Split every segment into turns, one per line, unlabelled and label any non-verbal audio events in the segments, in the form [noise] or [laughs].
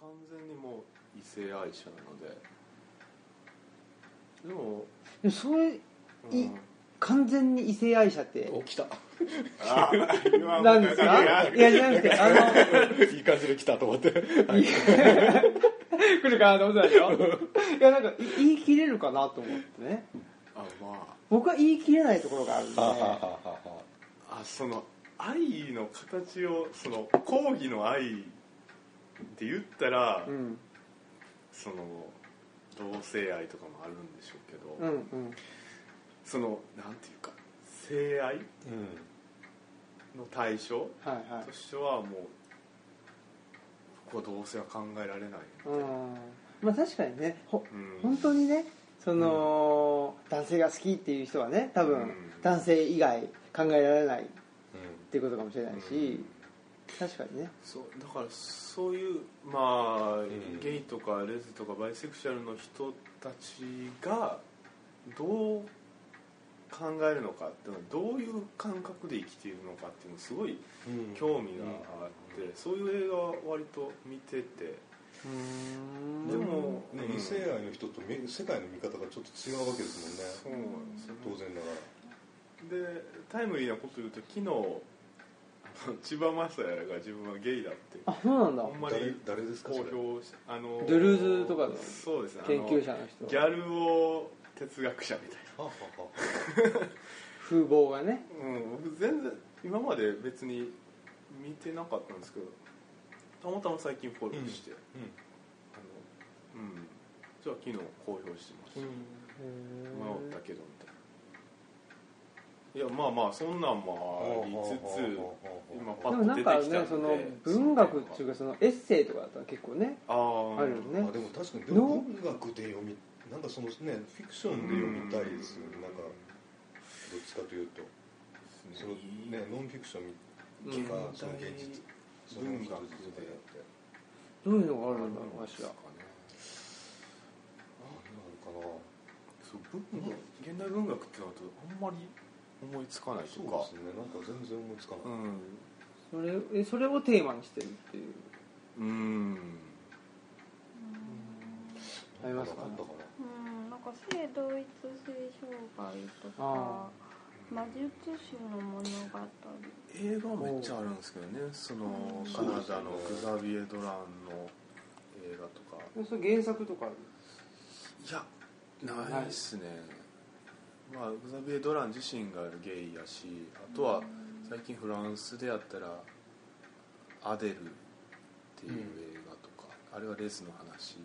完全にもう異性愛者なのででも、
でもそれ
うん
い完全に異性愛者って
お来た
あ今
なんですかいやじゃなくてあの
[laughs]
いい感じで来たと思って
来るかなと思ってたでしょいやなんかい言い切れるかなと思ってね
あま
僕は言い切れないところがあるんで
はあはあはあはあ
ああその愛の形をその抗義の愛って言ったら、
うん
その同性愛とかもあるんでしょうけど、
うんうん
そのなんていうか性愛
うん
の対象
はいはい
としてはもうここは同性は考えられない
うんまあ確かにねほ
うん
本当にねその、男性が好きっていう人はね多
う
分、
ん
男性以外考えられないっ
うん
ていうことかもしれないし、
うん
確かにね
そうだからそういうまあ、
ん
ゲイとかレズとかバイセクシャルの人たちがどう考えるのかっていうのはどういう感覚で生きているのかっていうのすごい興味があって、そういう映画は割と見てて
う
でも、
ね
うん
異性愛の人とみ世界の見方がちょっと違うわけです
そ
も
うん
ね
なんですよね
当然ながら
でタイムリーなこと言うと昨日あの [laughs] 千葉雅也が自分はゲイだって
あそうなんだ
あんま
誰
り
誰ですか
公
それ
表しあの
ドゥルーズとかの
そうですねあの
研究者の人
ギャルを哲学者みたい
はあはあはあ
風貌がね
なうん僕全然今まで別に見てなかったんですけどたまたま最近フォローして、あのうんじゃあ昨日公表してました、迷ったけどみたいないやまあまあそんなんもありつつ今パ
で
ッ
も
と
な
出
ん
て
か
きた
ね
んで
その文学っていうかそのエッセイとかだったら結構ね
あー
あるよね
あでも確かにで
の
も文学で読みなんかそのねフィクションで読みたいですよねなんかどっちかというとそのねノンフィクション
現
とかその現実そ
代
の
文
人
学
物とか
で
やって
どういうのがあるんだろうかしら
あるのかな
そう文学現代文学ってなるとあんまり思いつかないと
そう
か
ですねなんか全然思いつかない
それえそれをテーマにしてるっていう
うんうん
ありますか
あったかな
うんなんか性同一性障害と
あ
か魔術師の物語
映画めっちゃあるんですけどねその
うん
カナダの
そう
グ
ですね
ザビエ・ドランの映画とか
それ原作とか
いやないっすねまあグザビエ・ドラン自身がゲイやしあとは最近フランスでやったら「アデル」っていう映画とか、あれはレスの話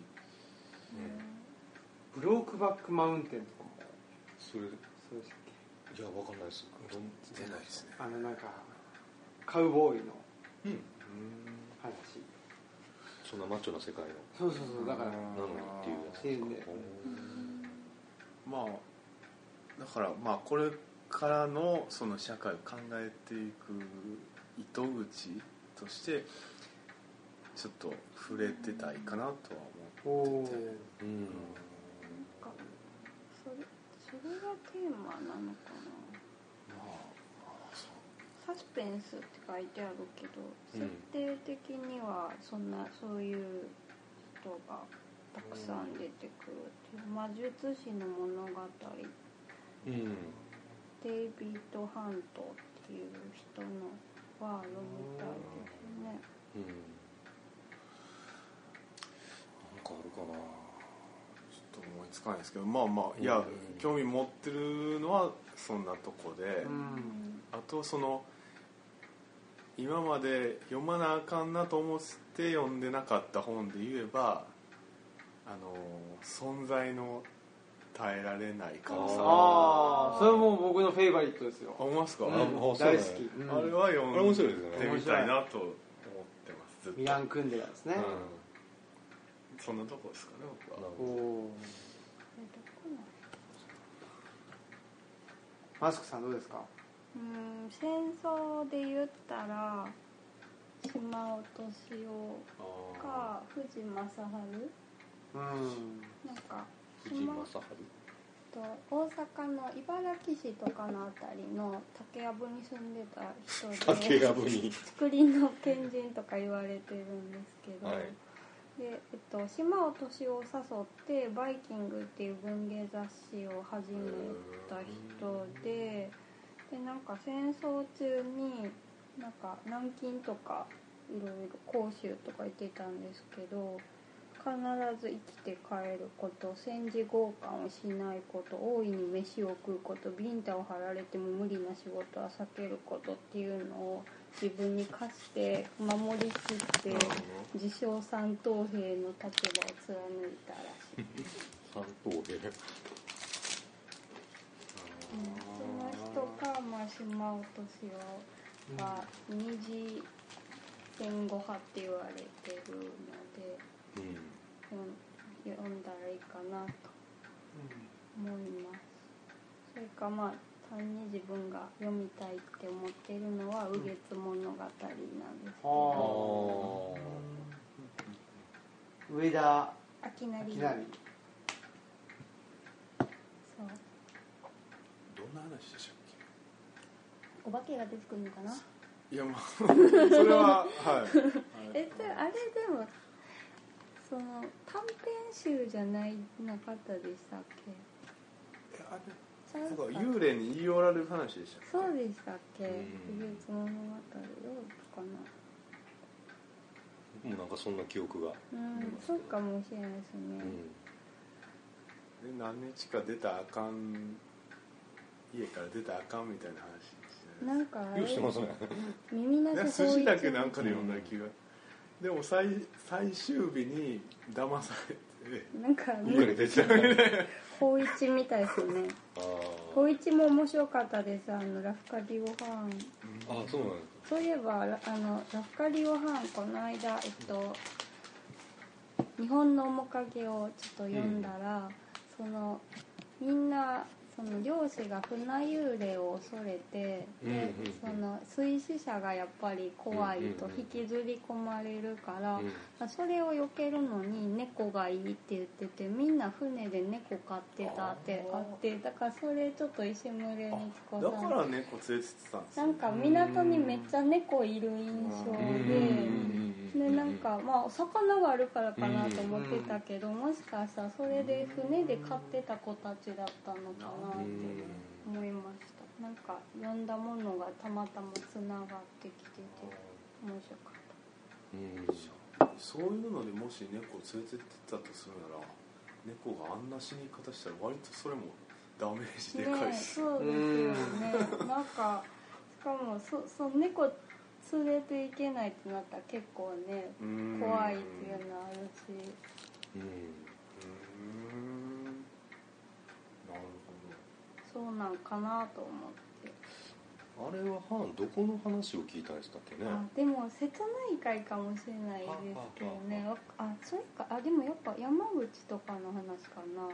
ブロークバックマウンテンとかも
それい
そうでしたっ
やわかんないです
出ないですね
けあのなんかカウボーイの
うん
話
そんなマッチョな世界の
そうそうそうだから
なのにっていうやつ
っていうんで
まあだからまあこれからのその社会を考えていく糸口としてちょっと触れてたいかなとは
お
思
お
ってて
うん
なんかそれそれがテーマなのか
まあそ
なサスペンスって書いてあるけど
うん
設定的にはそんなそういう人がたくさん出てくるっていう魔術師の物語
うん
デイビッド・ハントっていう人のは読みたいですね
うんなんかあるかな
ちょっと思いつかないですけどまあまあいや、
うん
興味持ってるのはそんなとこで、
うん
あとその今まで読まなあかんなと思って読んでなかった本で言えば「あの存在の耐えられない感さ」
ああそれはもう僕のフェイバリットですよ
あ思いますか、
うん
あ
そうだ
大
ね
好きうん
あれは読
あれ面
ん
白
で
いですよね
みたいなと思ってますずっ
ミラン・クンデラですね
とそんなとこですかね僕は
おお
えどこなの
マスクさんどうですか
うん戦争で言ったら島尾敏夫
あ
か藤正治
うん
なんか
藤井
島
正治
と大阪の茨城市とかのあたりの竹やぶに住んでた人で
竹やぶに
竹林の賢人とか言われてるんですけど、
はい
でえっと、島尾敏夫を誘って「バイキング」っていう文芸雑誌を始めた人ででなんか戦争中になんか南京とかいろいろ広州とか行ってたんですけど必ず生きて帰ること戦時強姦をしないこと大いに飯を食うことビンタを張られても無理な仕事は避けることっていうのを自分に課して守りきって自称三等兵の立場を貫いたらしい、
三等兵
うんその人が、まあ、島落としをが二次戦後派って言われてるので
うん
読ん読んだらいいかなと思いますそれかまあ単に自分が読みたいって思ってるのは「右月物語」なんですけ
あ
ど
ー
上田
秋成
明成
そう
どんな話でしたっ
お化けが出てくるのかな
けいやまあ [laughs] それははい
えであれでもその短編集じゃないなかったでしたっけ
あれ
ちゃ
そううか
か
幽霊に言い寄られる話でした
そうでしたっけ
うん
「美術物語」どうかな
もうなんかそんな記憶が
うんそうかもしれないですね、
で何日か出たらあかん家から出たらあかんみたいな話して
なんかあ
よ
れ
くしてますね
耳な
なんか
し
筋だけなんか
で
で読んだ気が、でも最最終日に騙されて
なんか
家から出ちゃう
高一みたいですね
あ
高一も面白かったですあのラフカリオハーン
ああそうなんです
そういえばラあのラフカリオハーンこの間えっと「日本の面影」をちょっと読んだら、そのみんなその漁師が船幽霊を恐れてで、
うんうんうん
その水死者がやっぱり怖い
うん
と
うんうん
引きずり込まれるから、
うん
まあそれを避けるのに猫がいいって言っててみんな船で猫飼ってたってあってだからそれちょっと石村光子さ
だか
ん
ら猫連れてってたんです
な
よ
んか港にめっちゃ猫いる印象
うん
ででなんかまあ魚があるからかなと思ってたけどもしかしたらそれで船で飼ってた子たちだったのかなって思いましたなんか読んだものがたまたまつながってきてて面白かった。
うん
そういうのでもし猫を連れてってたとするなら猫があんな死に方したら割とそれもダメージでかい
ね
っ
え
す、
そうですよねなんかしかもそその猫連れていけないってなったら結構ね
うん
怖いっていうのはあるし
うん
うんなる
そうなんかなと思って、
あれはハーンどこの話を聞いたんでしたっけね
あでも瀬戸内海かもしれないですけどねわあそれかあでもやっぱ山口とかの話かな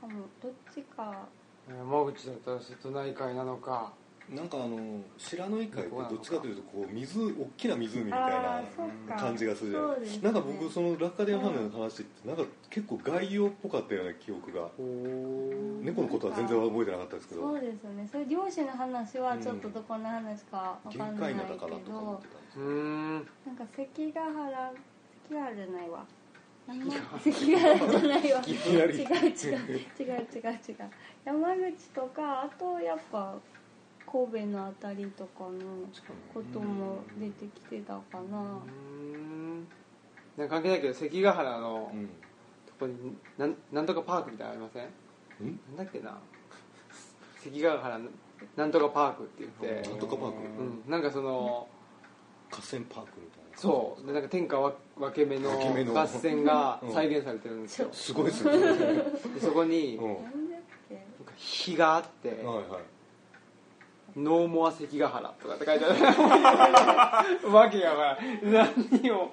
かもどっちか
山口だったら瀬戸内海なのか
なんかあの白野イ海ってどっちかというとこう水大きな湖みたい
ああ
な
ーそっか
感じがするじゃ
そ
な
う
い
です、ね、
なんか僕そのラッカディアハンの話ってなんか結構概要っぽかったような記憶が猫のことは全然覚えてなかったですけ
そ
ど
うですよねそれ漁師の話はちょっとどこの話かわか
限
んない
界
け
な
ど、
だからとか思ってたんで
う
す
ーん
なんか関ヶ原関ヶ原じゃないわ関ヶ原じゃないわ
いきなり
違う違う違う違う違う山口とかあとやっぱ神戸の辺りとかのことも出てきてたかな
うーんなんか関係ないけど関ヶ原のとこになんなんとかパークみたいなのありません
うん
なんだっけな [laughs] 関ヶ原のなんとかパークって言って
なんとかパーク
うん、なんかその
河川パークみたいな
そうでなんか天下わ分け目
分け目の
の合戦が再現されてるんですよ、
すごいですねうんはい
でそこになんか
なんだっけ
碑があって
はい
「ノーモア関ヶ原」とかって書いてある [laughs] わけがわからん何を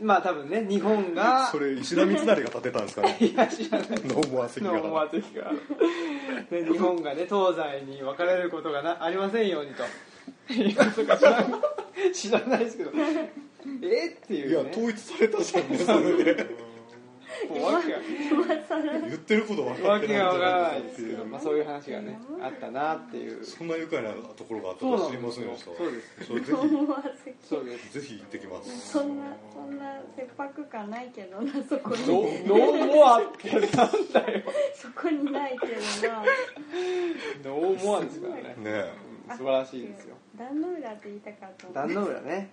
まあ多分ね日本が
それ石田三成が建てたんですかね
[laughs] いや知らない
ノーモア関ヶ
ノーモア
原
関ヶ原で日本がね東西に分かれることがなありませんようにと [laughs] いやそっか知らない知らないですけどえってい
いや
う、ね、
統一されたじゃんねそれで
もうわけが
今
[laughs]
更
言ってること分か
わ
ってないん
け
じゃ
がわから
な
ないい
かっ
で
て
す
い
けど、
う
まあ、そういう話がねあったなっていう
そんな愉快なところがあった
そう
と
な
は
ん
知り
で
ますせん
よ
でした
そうです
それぜ
思わず
そうです
ひぜひ行ってきます
そんなそんな潔白感ないけどなそこに
[laughs] ノーモアってなんだよ
そこにないけどな
[laughs] ノーモアですからね
ねえ
素晴らしいですよ
壇の浦って言いたかった
壇の浦ね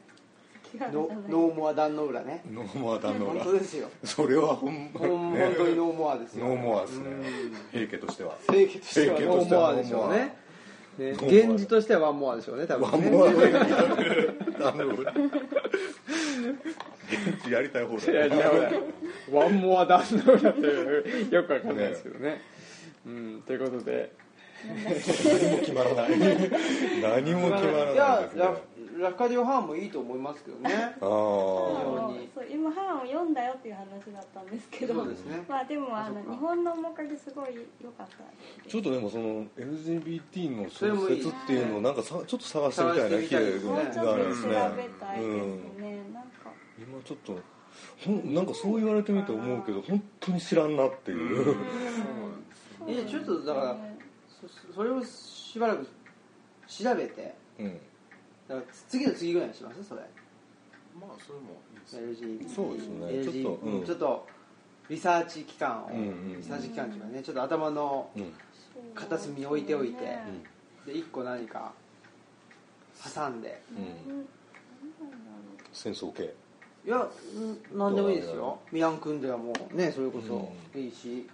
違
ノ
うのじゃない
ノーモア壇の浦ね
ノーモアだノ
本
ー
当
ラ
です
[laughs]
よ
それはほんま
ほん
ね
本当にノーモアですよ
ノーモアですね
うん
平家としては
清家としては
清家
ノ
と
ー
して
モ
は
アでしょうねね
ノーモア
源氏としてはワンモアでしょうね多
ワ
分
ン
ね
モアだノーラやりたい方
いや
だ
いやワンモア壇の浦というよくわかんないですけどねうんということで
何も決まらない何も決ま
い
らない
や
ですね
ララカディオハーンもいいと思いますけどね
あ
ー
あ
本をそう今ハンを読んだよっていう話だったんですけど
そうですね
まあでもあ
そ
の
っか
日本の面影すごい良かった
ちょっとでもその LGBT の小説っていうのをなんかさちょっと探してみたいな
探してみたいですね
もうちょっと調べたいです
そうな、
ねなんか
今ちょっとほんなんかそう言われてみて思うけど本当に知らんなっていう、
うん
そうなんですね
えちょっとだからそそれをしばらく調べて
うん、
だから次の次ぐらいにしますそれ
まあそれもいいですね
LG
そうですね
LG
ちょっと、うん
ちょっとリサーチ期間を、
うんうん
リサーチ期間というかねちょっと頭の
うん
そう
片隅に置いておいて
ね
で1個何か挟んで
うん
うん
戦争系
いやうん何でもいいですよミラン・クンデはもうねそれこそいいし、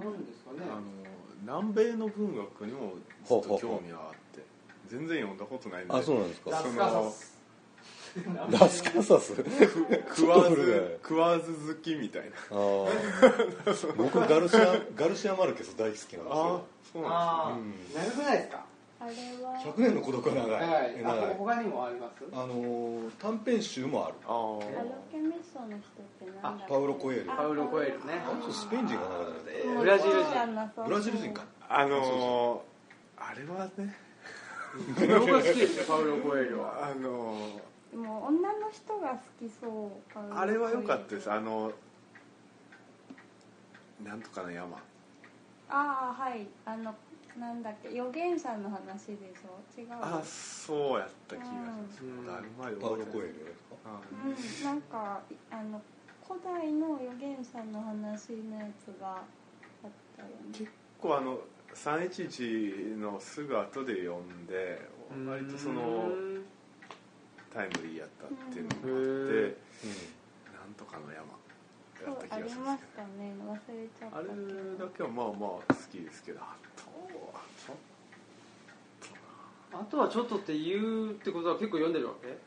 なんですかね
あの南米の文学にもずっと興味はあって全然読んだことないんで
あそうなんです
ラ
か
そ
ス
の
カサス
ラスカサス [laughs]
食わ
ちょっと古い
ず食わず好きみたいな
あー僕ガルシアガルシア・マルケス大好きなんです
ああ
よ
そうな
あ
ん
あ長くないですか
あれは
100年の孤独は長い、
長い
え
あ
長い
他にもあります
あのー短編集もある
ですね
ア
あ
ロケメッソの人ってなんだっけ
あパウロコエル
あ
パウロコエルね
あの人スペイン人が長いじゃない
ブラジル人
ブラジル人か
ああのー、あれはね
僕は好きですよパウロ・コエルは
あのー、
もう女の人が好きそうパウロコエル
あれは良かったですあのなんとかの山
ああはいあのなんだっけ予言者の話でしょ違う
あそうやった気がします
うん
まだあるまで
パウロ・コエル
ルあ
うんなんかいあの古代の預言者の話のやつがあったよね
結構あの311のすぐ後で読んで割とそのタイムリーやったっていうのがあ
うんへ
ってなんとかの山
そ
や
う
った気
あり
がし
ま
ます
したね忘れちゃった
あれ
け
だ
ど
けはまあまあ好きですけどあとはちょっ
あとはちょっとって言うってことは結構読んでるわけ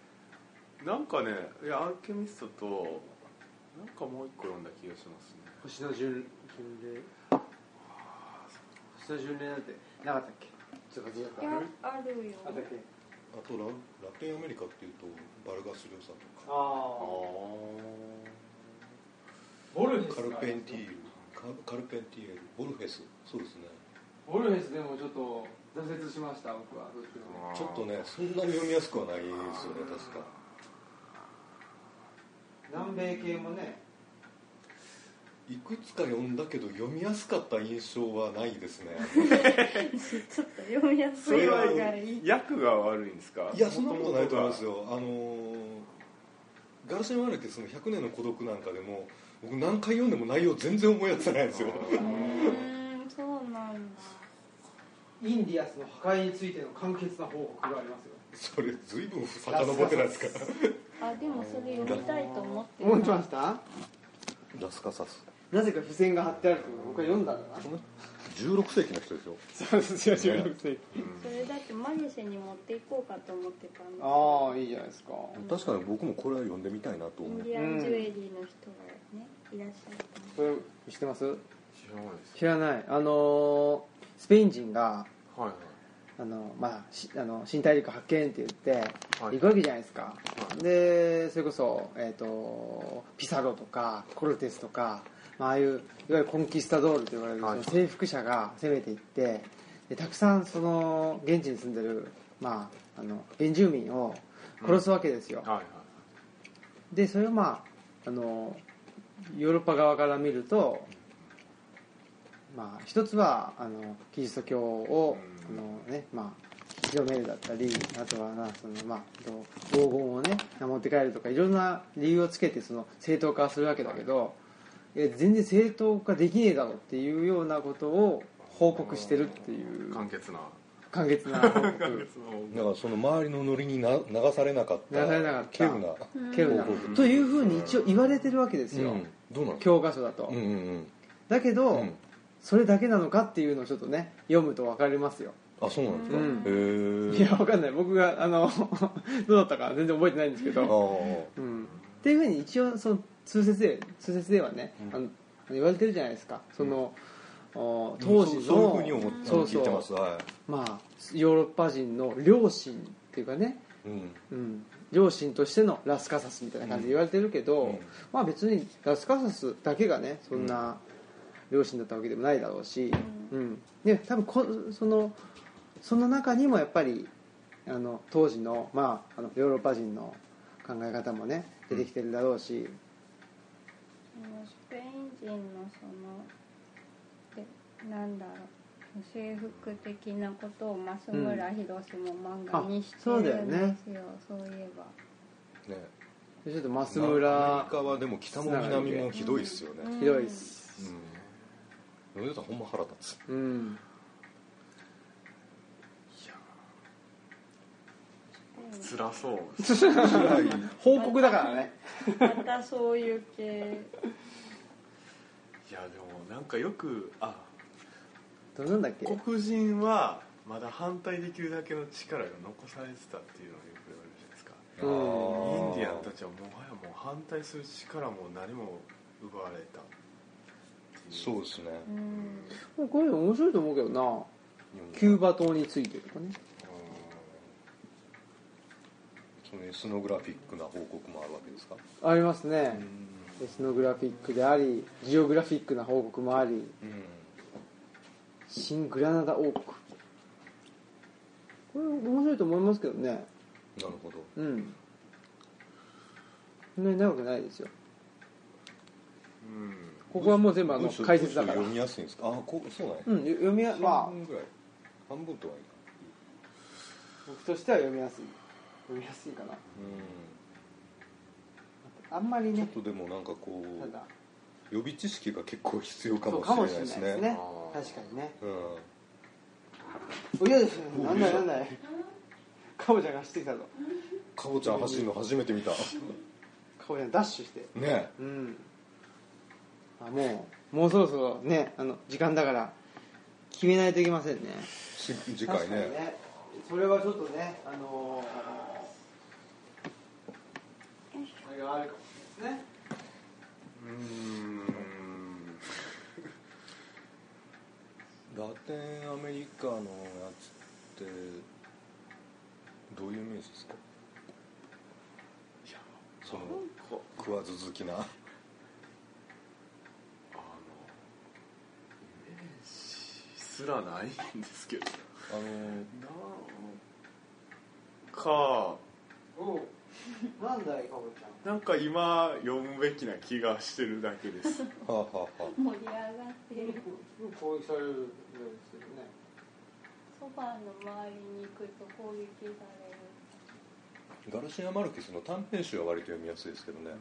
となんかねいやアルケミストとなんかもう一個読んだ気がしますね
星の巡巡礼星の巡礼なんてなかったっけちょっと忘れ
い
ちゃ
や
った
あるよ
あったっけ
あとララテンアメリカっていうとバルガス・リョサとか
あ
ああ
あ
ボルフェス
カルペンテ
ー
ィールカカルペンティールボルフェスそうですね
ボルフェスでもちょっと挫折しました僕はどっちも
ちょっとねそんなに読みやすくはないですよね確か
南米系もね
いくつか読んだけど読みやすかった印象はないです [laughs] ね
ちょっと読みやす
そ
い
れ
方
は
がいい
役が悪いんですか
いやそんなことないと思います
よ
よあのーガルシア・マルケスの「100年の孤独」なんかでも僕何回読んでも内容全然思い出せないんですよ
うーんそうなんだ
インディアスの破壊についての簡潔な報告がありますよ
それ随分遡ってないですか
あでもそれ読みたいと思って
思ってま
し
した
ラスカサス
なぜか付箋が貼ってあると僕は読んだんだな
16世紀の人ですよ
そうですよ
16
世紀
それだってマルシェに持っていこうかと思ってたんで
ああいいじゃないですか
確かに僕もこれは読んでみたいなと
インディアンジュエリーの人がねいらっしゃる
これ知ってます
知らないです
知らないあのースペイン人が
はいは
あの、まあ、しあの新大陸発見って言って
はい
行くわけじゃないですか、
い
でそれこそ、えー、とピサロとかコルテスとか、まあああいういわゆるコンキスタドールと言われる、
はい
その征服者が攻めていってでたくさんその現地に住んでる、まあ、あの原住民を殺すわけですよ、
はいはい
でそれをまああのヨーロッパ側から見ると、まあ、一つはあのキリスト教を、
うん
あのねまあ、清めるだったりあとはなその、まあ、あと黄金をね持って帰るとかいろんな理由をつけてその正当化するわけだけど、え全然正当化できねえだろっていうようなことを報告してるっていう
簡潔な
簡潔な報
簡
告
潔な報
だからその周りのノリにな流されなかった
流されなかった
稀有な
うん
けどな
報告
というふうに一応言われてるわけですよ、
うんどうなの
教科書だと、
うんうん
だけど、
うんうん
それだけなのかっていうのをちょっとね読むと分かりますよ
あそうなんですか、
うい
へえ
や分かんない僕があの [laughs] どうだったか全然覚えてないんですけ
ああ
ど、うん、っていうふうに一応その通説で通説ではね、
うん
あの言われてるじゃないですかその、お当時の
そうそういうふうに思って
そう
聞いてます
そう
は
まあヨーロッパ人の良心っていうかね、
い、うん
うん、良心としてのラスカサスみたいな感じで言われてるけど、
うん
まあ別にラスカサスだけがねそんな良心だったわけでもないだろうし、うんで多分こそのその中にもやっぱりあの当時の,、まあ、あのヨーロッパ人の考え方もね出てきてるだろうし、
そのスペイン人のそのえなんだろう制服的なことを増村宏も漫画にしてるんですよ、
あ
そういえば
ね、
でちょっと増
アメ
村
リカはでも北も南もひどいっすよね、
ひどいっす、
うん、米田さんほんま腹立つ
うん、
告辛そう
辛い
報告だからね
またそういう系
いやでもなんかよくあ
どれなんだっけ
黒人はまだ反対できるだけの力が残されてたっていうのがよく言われるじゃないですか
あー
インディアンたちはもはやもう反対する力も何も奪われたってい
そうですね
うん
これ面白いと思うけどなキューバ島についてとかね
そのエスノグラフィックな報告もあるわけですか
ありますね、エスノグラフィックでありジオグラフィックな報告もあり
うん
新グラナダ王国これ面白いと思いますけどね
なるほど
うんそんなに長くないですよ
うん
ここはもう全部あの
文章
解説だからう
文章
ん
読みやすいんですかあこうそうなんや、
よ読みやま
半
あ
分ぐらい半分とはいいか
僕としては読みやすい読みやすいかなあんまり
うんちょ
ね
っとでもなんかこ
た
う
だ
予備知識が結構必要か
そう
も
かも
し
し
れ
れないいです
なで
す
ね
ね
あー
確かにね
うん
お嫌ですねなんだいなんだいカボちゃんが走ってきたぞ
かぼちゃん走るの初めて
[laughs]
見た
カボちゃんダッシュして
ね
うんあもうもうそろそろねあの時間だから決めないといけませんね
し次回
確かに
ね
それはちょっとねあのー、あれがあるかもしれないですね
うん
ラテンアメリカのやつってどういうイメージですか
いや
その
こ
食わず好きな
あのイメージすらないんですけど
あの
なんか
おなんだいかぼちゃん
なんか今読むべきな気がしてるだけ [laughs] です
はあ、はあはあ、
盛り上がってる
よく攻撃されるんですけどね
ソファーの周りに行くと攻撃される
ガルシア・マルケスの短編集は割と読みやすいですけどね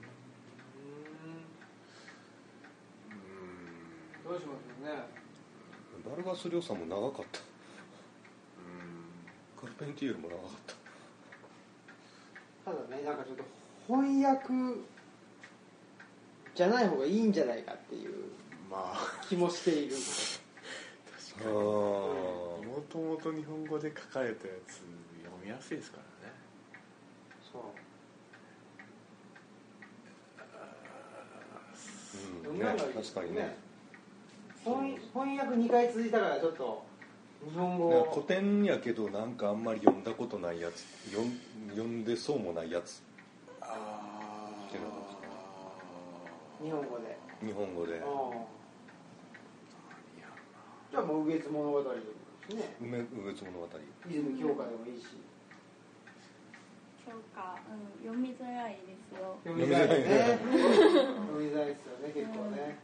うん
どうしましょうね
バルガス・リョウさんも長かった
う
カルペンティエルも長かった
ただねなんかちょっと翻訳じゃない方がいいんじゃないかっていうん
まあ
気もしている
確か
あ
に
ー
もともと日本語で書かれたやつ読みやすいですからね
そう
うんね確かにね
翻翻訳2回続いたからちょっと日本語
なんか古
を
典やけどなんかあんまり読んだことないやつ読ん読んでそうもないやつ
ああ
っていうのが
日本語で
日本語で
うんじゃあもう「右月物語」でもいいしね
「梅梅津物語」
「泉教科」でもいいし
そうか、うん、読みづらいですよ
読みづらいね読みづらいですよね結構ね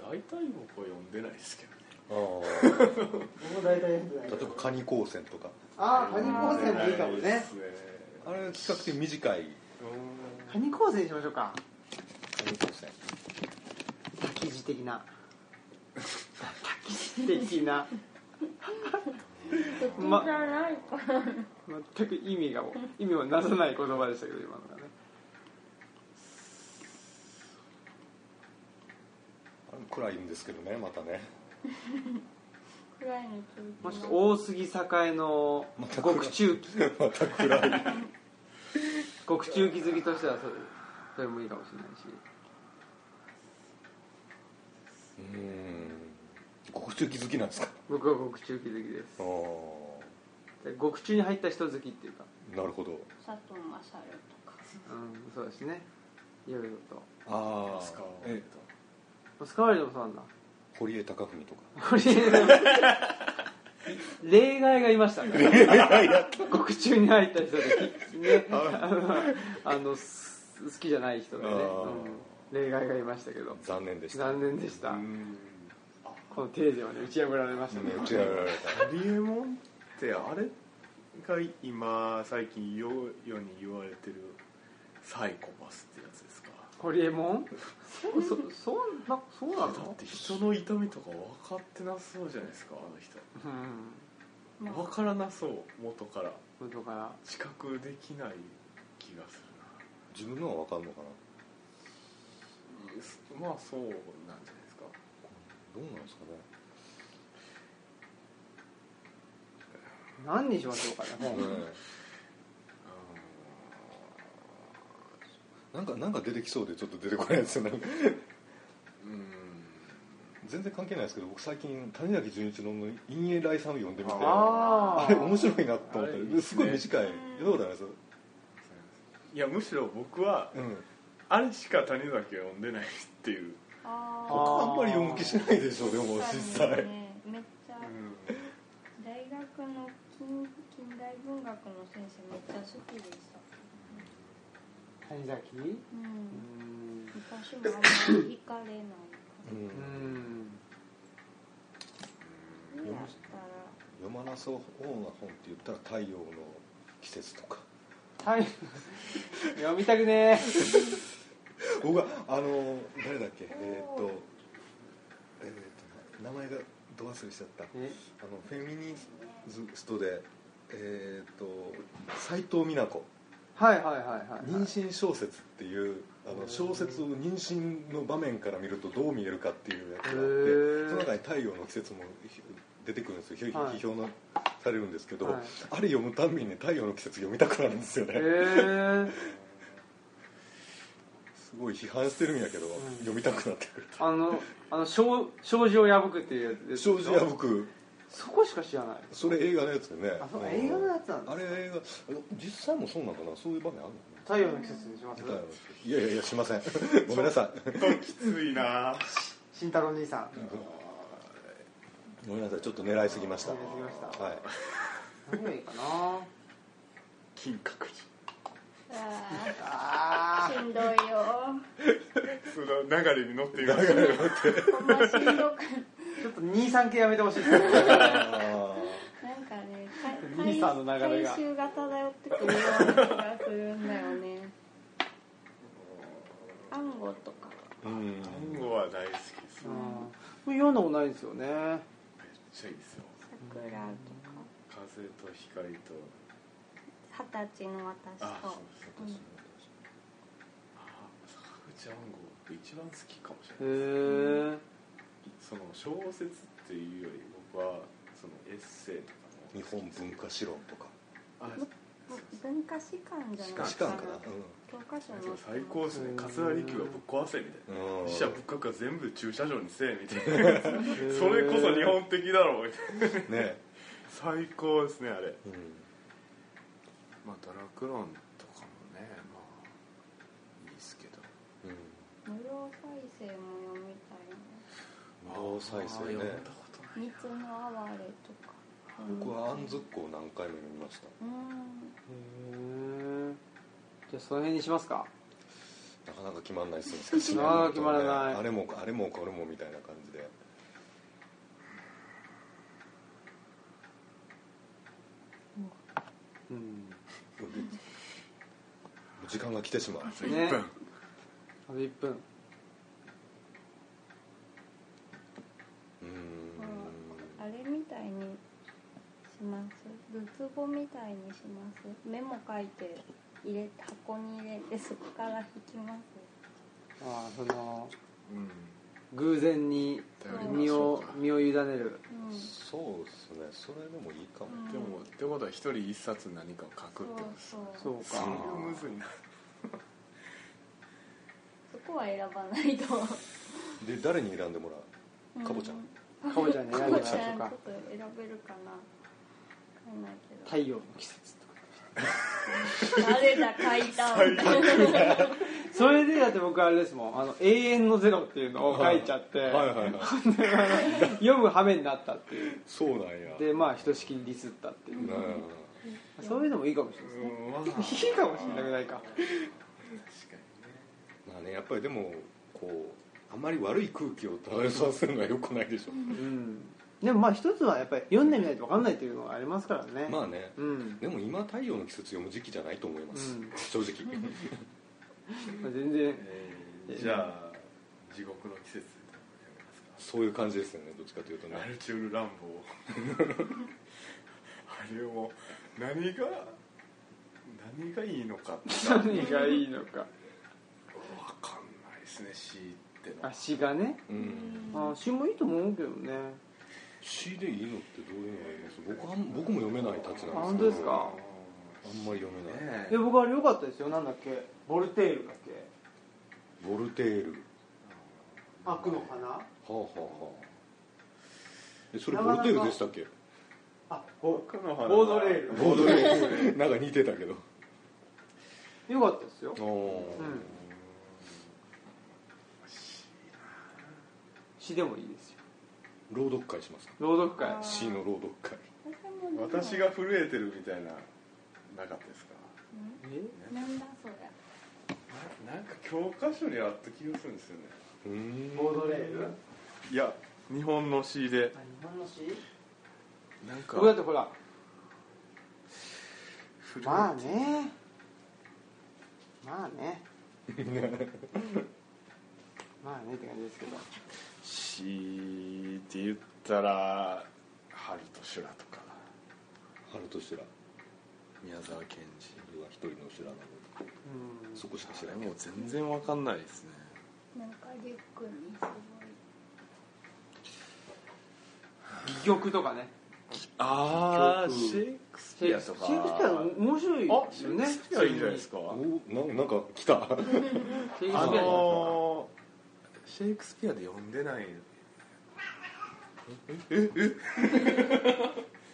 大体僕は読んで出ないですけど
あー
僕大体やつない
例えばカニ光線とか
ああカニ光線もいいかも
出ない
ね
です
あれは比較的短い
カニ光線にしましょうか
カニ光線
記事的
[laughs]
な的な
敵じゃないか、
全く意味がもう意味をなさない言葉でしたけど今のがね
あれも暗いんですけどねまたね
暗いの続き
もし
ます
くは大杉栄の極中期
[laughs] また暗い
極中期好きとしてはそれそれもいいかもしれないし
うんこ中気づきなんですか
僕は極中期好きで
ああ
すで極中に入った人好きっていうか
なるほど
佐藤勝とか
うんそうですねいろいろと
あ
スカ
あ
ワ
え
スカワリでもそうなんだ
堀江貴文とか
これ例外がいましたね獄中に入った人で、ね、あのす好きじゃない人でね、
あー
うん例外がいましたけど
残念でした
残念でした、
うん
この定時はね打ち破られましたね、
打ち上げられた
ホリエモンってあれが今最近世世に言われてるサイコパスってやつですか
ホリエモンそうそそうなそうな
だ
の
って人の痛みとか分かってなそうじゃないですかあの人
うん
まあ
分からなそう元から
だから
知覚できない気がするな
[laughs] 自分のは分かるのかな
まあそうなんじゃないですか
どうなんですかね
何にしましょうかねもう
なんかなんか出てきそうでちょっと出てこないですよね
うん
全然関係ないですけど僕最近谷崎潤一郎の「陰影来さん」を読んでみてあ
あー
れ面白いなと思っ
あれいい
た
ですね
すごい短いどうだろう
いやむしろ僕は
うん
あれしか谷崎は読んでないっていう、
あー
僕あんまり読む気しないでしょでも実
確かに
際
ねめっちゃ大学の近近代文学の先生めっちゃ好きでした
谷崎う
うん
ーん
昔もあんまり惹かれないう
うんん
どうやっ
読まなそうな本って言ったら「太陽の季節」とか
タイ読みたくねー
僕はあの誰だっけえーっとえーっと名前がど忘れしちゃった
え
あのフェミニストで、えー、と斎藤美奈子
はいはいはいはい、
妊娠小説っていうあの小説を妊娠の場面から見るとどう見えるかっていうやつがあ
へ
って
ー
その中に「太陽の季節」もひ出てくるんですよひ
はい
批評のされるんですけど、
はい
あれ読むたんびに「太陽の季節」読みたくなるんですよね、
へえ
すごい批判してるんやけど、
ん
読みたくなってくる
あのあの障障子を破くっていうやつです
正直は僕
そこしか知らない
それ映画のやつでね
あそう
うん
映画のやつなんだ
あれ映画実際もそうなのかなそういう場面あるのかな
太陽の季節にします
いやいやいやし
[laughs]
ませんごめんなさい
うん、きついな
慎太郎兄さん
ごめんなさいちょっと狙いすぎました
狙いすぎました
はい
何がいいかな
金閣
たらあ
あ
ーしんどいよ
寺その流れに乗っていました
ほんましんどく
ーちょっと兄さん系やめてほしいです [laughs] ね [laughs]
あ
なんかね
兄さんの流れが
回収が漂ってくるような気がするんだよね暗号とか
ーうん
単語は大好きです
う
め
ん
っ
もう読んだことないですよね
ちゃいいですよ
桜とか
風と光と
二十歳の私
あそうそう
と
そうあ坂口安吾って一番好きかもしれない
へえ
その小説っていうより僕はそのエッセイとかの
日本文化史論とか
あ
文化史観じゃない
史観かな
教科書
そう
の
最高ですね桂離宮をぶっ壊せみたいな
うん
自社仏閣は全部駐車場にせえみたいな [laughs] それこそ日本的だろうみたいな
ね
最高ですねあれ
うん
まあドラクロンとかもねまあいいですけど
うん
無料再生も読みたい
無料再生
あー
ね
読んだことない
な水の哀れとか
僕は安息を何回も読みました
うん
じゃあその辺にしますか
なかなか決まんないっすね
[laughs] なかなか決まらない
あれもあれもこれもみたいな感じで
うん
時間が来てしまう
と1分
あと1分
うーん
あれみたいにしまするつぼみたいにしますメモ書いて入れ箱に入れてそこから引きます
ああその
うん
偶然に
頼
りま
身
し
ょう
を
か
身を委ねる
うん
そうですねそれでもいいかも、
うん
でもってことは一人一冊何かを書くっ
そう
てことです
そ
そうう
それ
か
はむずいな
そこは選ばないと
で誰に選んでもらうかぼちゃん
かぼちゃんに
か
選ぶ
ぼ
と
ちゃんちょっ
か
と選べるかなわかんない
太陽の季節とか
けど誰だ書いたみたいな
それでだって僕あれですもん「あの永遠のゼロ」っていうのを書いちゃって、
はいはいはい
[laughs] 読む羽目になったっていう
そうなんや
でまあひとしきりディスったっていう、
うん
そういうのもいいかもしれ
う
ないですね、
んまあ
いいかもしれなくないか
確かにね
まあねやっぱりでもこうあんまり悪い空気を漂わせるのはよくないでしょ
うんでもまあ一つはやっぱり読んでみないと分かんないっていうのがありますからね
まあね
うん
でも今太陽の季節読む時期じゃないと思います、
うん
正直
まあ全然
えーじゃあ地獄の季節でやりますか
そういう感じですよねどっちかというとね
アルチュール乱暴 [laughs] あれを何が何がいいのかって分かん
何がいいのか
ないですね C ってのは
足がね
うん
あ詩もいいと思うけどね
C でいいのってどういうのがあります僕は僕も読めないたちなんですけど
あ本当ですか
あんまり読めない、
ね
で僕あれ良かったですよなんだっけボルテールだっけ
ボルテールは
悪の花
あはあはあえそれボルテールでしたっけ
あボ
僕の話
ボードレール
ボルテールなんか似てたけど
良かったですよ
ああ、
ん詩でもいいですよ
朗読会しますか
朗読会
あー
C の朗読会
私が震えてるみたいななかったですか
え
うんなんだそれ
ななんか教科書にあった気がするんですよね
うーん
ボードレールあ
いや日本の C で
日本の詩
なんか
僕だってほら
震えて
まあねまあ [laughs] ねまあねって感じですけど
C って言ったら「春と修羅」とか
春と修羅
宮沢賢治
俺は一人の修羅なので
うん
そこしか知
そ
ら
れ
ない
もう全然わかんないですね
なんかリュックにすごい
戯曲とかね
あ
ーシェ
イクス
シェイクスピア面白い
あ
です
シ
よ
ェイ
ね
クスピアいいんじゃないですか
おななんか来た
シェイク
あ
スピア
のー、シェイクスピアで読んでない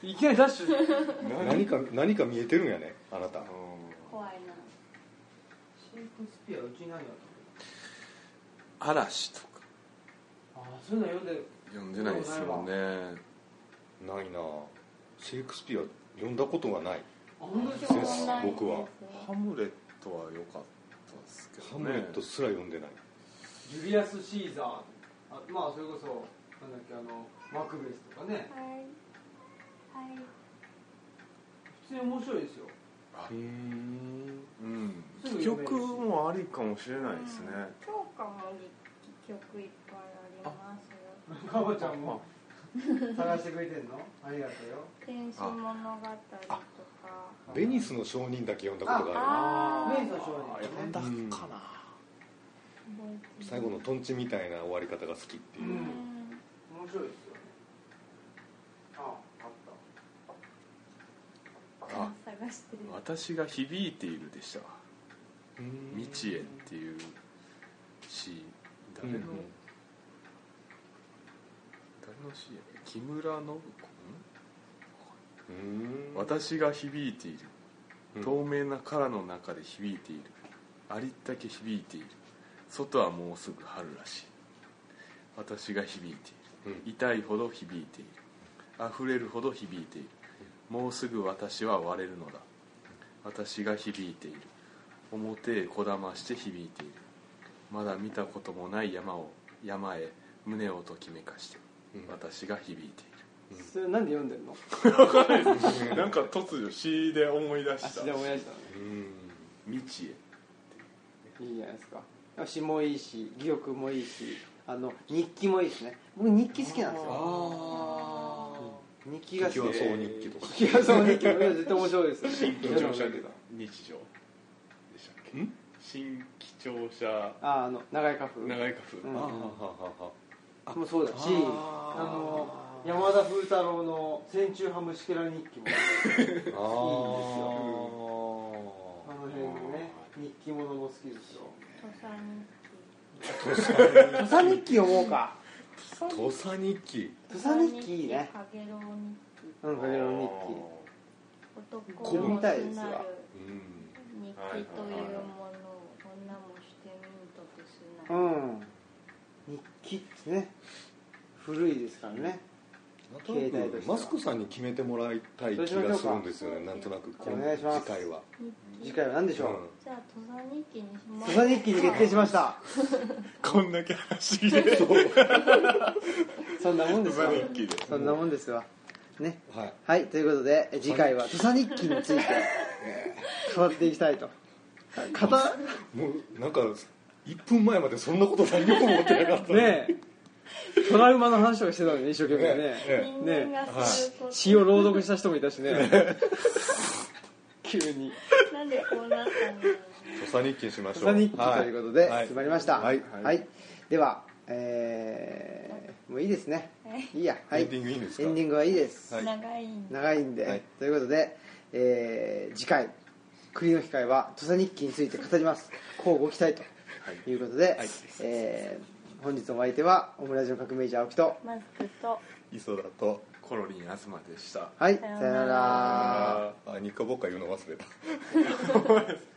いきなりダッシュ
何か何か見えてるんやねあなた
あのー
怖いな
シェイクスピアうちに何やった
嵐とか
ああそういうの読んで
読んでないですもんね
ないなシェイクスピア読んだことがない
あ本当です
そ
か
うです僕は
ハムレットは良かったですけ
ハ
どね
ムレットすら読んでない、
ジュリアス・シーザーあまあそれこそなんだっけあのマクベスとかね
はいはい
普通に面白いです [laughs] よ
うん
うん戯曲もありかもしれないですね
教科も劇曲いっぱいありますよ
かぼちゃんも探してくれてんのありがとうよ
天使物語とか
ベニスの証人だけ読んだことがあ
あ
メイ
ー
の少
あ
年
読ん
ね
だかな
覚えて
る
る
最後のトンチみたいな終わり方が好きっていうう、
ん
面白いですよあああ
あ
探してる
私が響いているでしたわ「
うん
未知へ」っていう詩誰の、
うん
誰の詩や木村信子ん
うん
私が響いている
うん
透明な殻の中で響いているありったけ響いている外はもうすぐ春らしい私が響いている
うん
痛いほど響いている溢れるほど響いているもうすぐ私は割れるのだ私が響いている表へこだまして響いているまだ見たこともない山を山へ胸をときめかして
うん
私が響いている
それなんで読んでんの
分かんないですなんか突如詩で思い出し
足
た
で親父だ
うん
未知へ
いいじゃないですか詩もいいし戯曲もいいしあの日記もいいしね僕日記好きなんですよ
あ
日記が好き
日記はそう
で
日記とか
日記はそう日記も絶対面白いです
[laughs]
よ
新規
嫌な
乗
こと
車
だけど
日常でしたっけ
ん
新規乗車
ああの長い花粉
長い花
うん
あははは
もそうだしあの山田風太郎の「戦中派虫けら日記も」
は
あの
は
辺のね日記物も好きですよ
土佐
土佐日記読もうか
日記
土佐日記
土佐日記いいね
かげろう日記
うんかけろ日記
男もすなる
うん
日記というものを女もしてみんとてす
う
なる
ん日記ってね古いですからね
なんとなくマスクさんに決めてもらいたい気がするんですよねなんとなく今
お願いします
次回は
日記
次回は何でしょ
う
じゃあ土佐日記にし
う
ま
土佐日記に決定しました
こんだけ話聞いて
そんなもんですわ
土佐日記で
そんなもんですわね
んはい
はいということでえ次回は土佐日記についてえー語っていきたいと語
もうなんか1分前までそんなこと何も思ってな [laughs] かった
ねえトラウマの話とかしてたのに一生懸命ね
え
人間がすること、
詩を朗読した人もいたしね急に
なんでこうなったんだろう
え土佐日記にしましょう
土佐日記ということで
はい
決まりました
はい
はいではえーもういいですね
はい
いいやはい
エンディングいいんですか
エンディングはいいです
はい
長いんだ
長いんで、
はい
ということで、えー次回栗の機会は土佐日記について語りますこうご期待ということで、
い
えー本日のお相手はオムラジの革命児青木と
マスクと
磯田と
コロリン東でした [laughs]
はいさ
さ
よ
ような
う
ら
なら
あ日課僕は言うの忘れた
そうです